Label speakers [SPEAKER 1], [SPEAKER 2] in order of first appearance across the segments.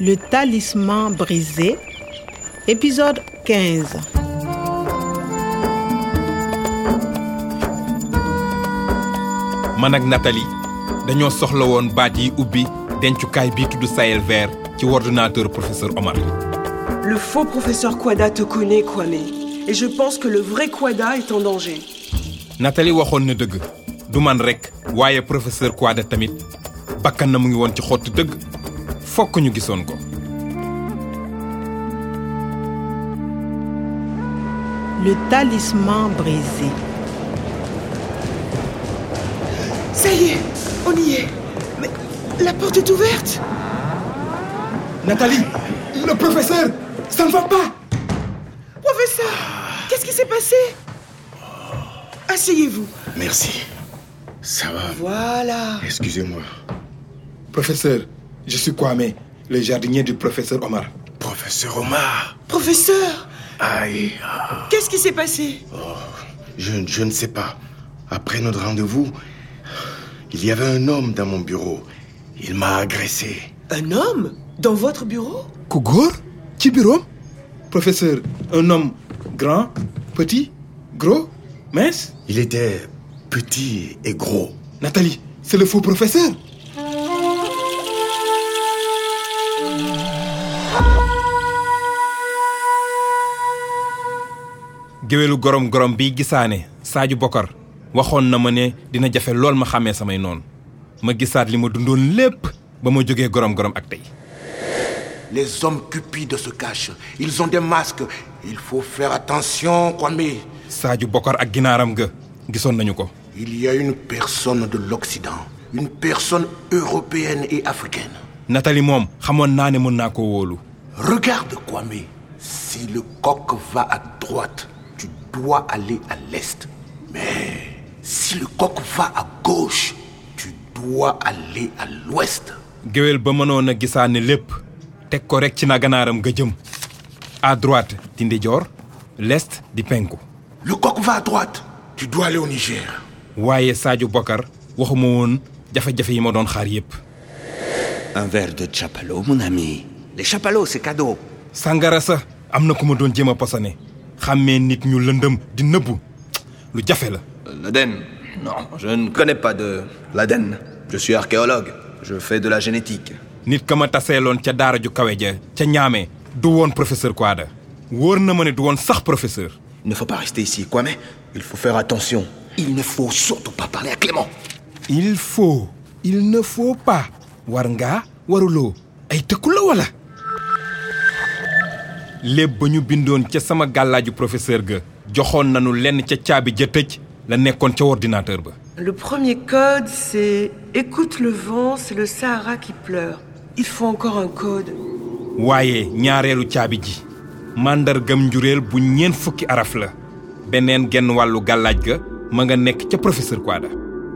[SPEAKER 1] Le talisman brisé, épisode 15.
[SPEAKER 2] man ak Nathalie dañoo soxla woon baat yi ubbi dencukaay bii tudd Sahel vert ci ordinateur professeur Omar.
[SPEAKER 3] Le faux professeur Quada te connaît, Kwame. Et je pense que le vrai Quada est en danger.
[SPEAKER 2] Nathalie waxoon na dëgg du man rek waaye professeur Kouada tamit bakkan na mu ngi woon ci xottu dëgg fokk ñu gisoon ko.
[SPEAKER 1] Le talisman brisé.
[SPEAKER 3] Ça y est, on y est. Mais la porte est ouverte.
[SPEAKER 2] Nathalie le professeur ça ne va pas.
[SPEAKER 3] Professeur, qu'est-ce qui s'est passé Asseyez-vous.
[SPEAKER 4] Merci. Ça va.
[SPEAKER 3] Voilà.
[SPEAKER 4] Excusez-moi.
[SPEAKER 2] Professeur je suis Kwame le jardinier du professeur Omar.
[SPEAKER 4] Professeur Omar.
[SPEAKER 3] Professeur,
[SPEAKER 4] Aïe.
[SPEAKER 3] qu'est-ce qui s'est passé
[SPEAKER 4] Je, je ne sais pas. Après notre rendez-vous, il y avait un homme dans mon bureau. Il m'a agressé.
[SPEAKER 3] Un homme Dans votre bureau
[SPEAKER 2] ku góor ci bureau Professeur un homme grand petit gros mince.
[SPEAKER 4] Il était petit et gros.
[SPEAKER 2] Nathalie c'est le faux professeur. géwélu gorom gorom bi gisaane saaju bokar waxoon na ma ne dina jafe lool ma xàmmee samay noon ma gisaat li ma dundoon lépp ba ma jógee gorom gorom ak tey
[SPEAKER 5] Les hommes cupides se cachent. Ils ont des masques. Il faut faire attention, Kwame.
[SPEAKER 2] saaju bokar ak ginaaram ga gisoon nañu ko
[SPEAKER 5] Il y a une personne de l'Occident, une personne européenne et africaine.
[SPEAKER 2] Nathalie moom xamoon naa ne mën naa koo wóolu
[SPEAKER 5] Regarde, Kwame. Si le coq va à droite, tu dois aller à l'est. Mais si le coq va à gauche, tu dois aller à l'ouest.
[SPEAKER 2] géwél ba mënoon a gisaane lépp teg ko rek ci na ganaaram ga jëm à droite di ndijoor l'est di penku
[SPEAKER 5] Le coq va à droite, tu dois aller au Niger.
[SPEAKER 2] waaye saaju bokar waxuma woon jafe-jafe yi ma doon xaar yépp
[SPEAKER 6] Un verre de chapalot, mon ami. Les chapalots, c'est cadeau.
[SPEAKER 2] sàngara sa am na ku ma doon jéem a posone xàmmee nit ñu lëndëm di nëbbu lu jafe la
[SPEAKER 7] Euh, L'Aden Non, je ne connais pas de l'Aden. Je suis archéologue. Je fais de la génétique.
[SPEAKER 2] nit ka ma taseeloon ca daara ju kawe ja ca ñaame du woon professeur Kouada wóor na ma ne du woon sax professeur
[SPEAKER 7] Il ne faut pas rester ici, quoi, mais il faut faire attention.
[SPEAKER 5] Il ne faut surtout pas parler à Clément.
[SPEAKER 2] il faut il ne faut pas war ngaa waruloo ay tëkku la wala lépp ba ñu bindoon ca sama gàllaaju professeur ga joxoon nanu lenn ca caabi ja tëj la nekkoon ca ordinateur ba
[SPEAKER 3] Le premier code, c'est Écoute le vent, c'est le Sahara qui pleure. Il faut encore un code.
[SPEAKER 2] waaye ñaareelu caabi ji màndargam njureel bu ñeen fukki araf la beneen genn wàllu gàllaaj ga ma nga nekk ca professeur Kouada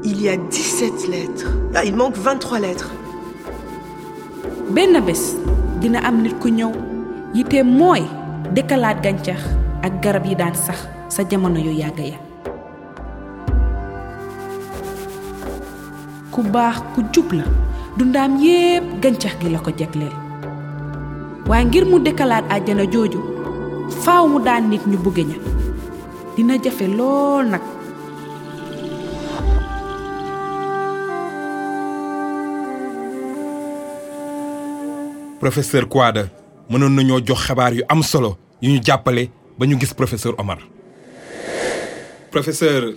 [SPEAKER 3] Il y a 17 lettres. Ah, il manque 23 lettres.
[SPEAKER 8] benn bés dina am nit ku ñëw yite mooy dëkkalaat gàncax ak garab yi daan sax sa jamono yu yàgg ya ku baax ku jub la dundaam yépp gàncax gi la ko jagleel waaye ngir mu dëkkalaat àjjana jooju faaw mu daan nit ñu bugge ña dina jafe lool nag
[SPEAKER 2] professeur Kouada mënoon nañoo jox xabaar yu am solo yu ñu jàppale ba ñu gis professeur Omar professeur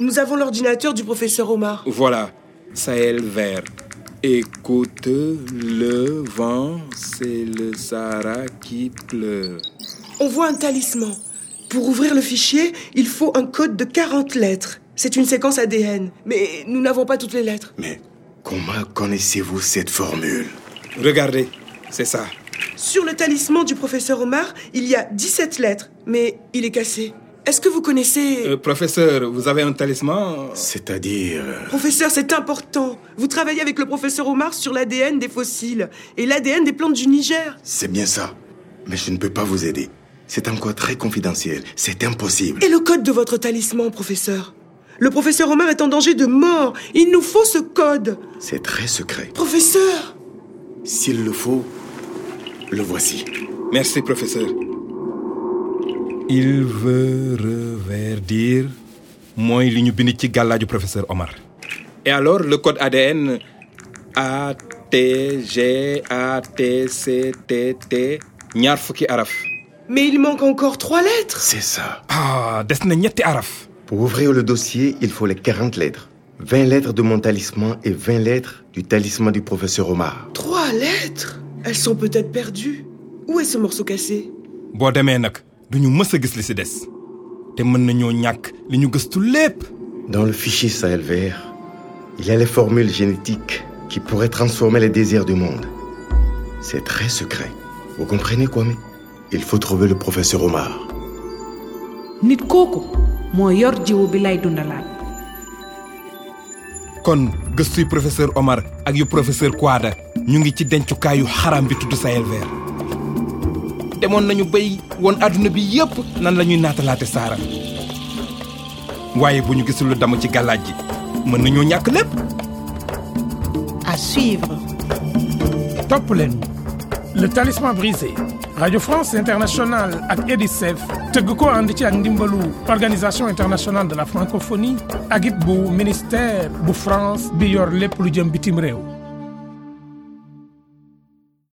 [SPEAKER 3] Nous avons l'ordinateur du professeur Omar.
[SPEAKER 2] voilà Sahel vert écoute le vent c'est le Sahara qui pleure
[SPEAKER 3] On voit un talisman. Pour ouvrir le fichier, il faut un code de 40 lettres. C'est une séquence ADN, mais nous n'avons pas toutes les lettres.
[SPEAKER 4] Mais comment connaissez-vous cette formule
[SPEAKER 2] regardez c'est ça
[SPEAKER 3] Sur le talisman du professeur Omar, il y a 17 lettres, mais il est cassé. Est-ce que vous connaissez...
[SPEAKER 2] Euh, professeur vous avez un talisman
[SPEAKER 4] C'est-à-dire... euh,
[SPEAKER 3] Professeur, c'est important. Vous travaillez avec le professeur Omar sur l'ADN des fossiles et l'ADN des plantes du Niger.
[SPEAKER 4] C'est bien ça. Mais je ne peux pas vous aider. C'est encore très confidentiel. C'est impossible.
[SPEAKER 3] Et le code de votre talisman, professeur Le professeur Omar est en danger de mort. Il nous faut ce code.
[SPEAKER 4] C'est très secret.
[SPEAKER 3] Professeur
[SPEAKER 4] S'il le faut, Le voici.
[SPEAKER 2] Merci, professeur. Il veut reverdir. mooy li ñu bind ci gàllaaju professeur Omar. Et alors, le code ADN A T G A T C T T ñaar fukki araf.
[SPEAKER 3] Mais il manque encore trois lettres.
[SPEAKER 4] C'est ça.
[SPEAKER 2] Ah, des na ñetti araf.
[SPEAKER 4] Pour ouvrir le dossier, il faut les 40 lettres. 20 lettres de mon talisman et 20 lettres du talisman du professeur Omar.
[SPEAKER 3] Trois lettres Elles sont peut-être perdues. Où est ce morceau cassé
[SPEAKER 2] boo demee nag du ñu mës a gis li si des te mën nañoo ñàkk li ñu gëstu lépp
[SPEAKER 4] Dans le fichier Sahel vert, il y a les formules génétiques qui pourraient transformer les désirs du monde. C'est très secret. Vous comprenez, Kwame Il faut trouver le professeur Omar.
[SPEAKER 8] nit kooku moo yor jiwu bi lay dundalaat
[SPEAKER 2] kon gëstuy professeur Omar ak yu professeur Kouada ñu ngi ci dencukaayu xaram bi tudd Sahel vert demoon nañu bay woon àdduna bi yépp nan la ñuy naatalaate saara waaye bu ñu gisul lu damm ci gàllaaj ji mën nañoo ñàkk lépp
[SPEAKER 1] À suivre.
[SPEAKER 9] Top leen le talisman brisé radio france internationale ak edicef tëgg ko ànd ci ak ndimbalu organisation internationale de la francophonie ak it bu ministère bu france bi yor lépp lu jëm bitim réew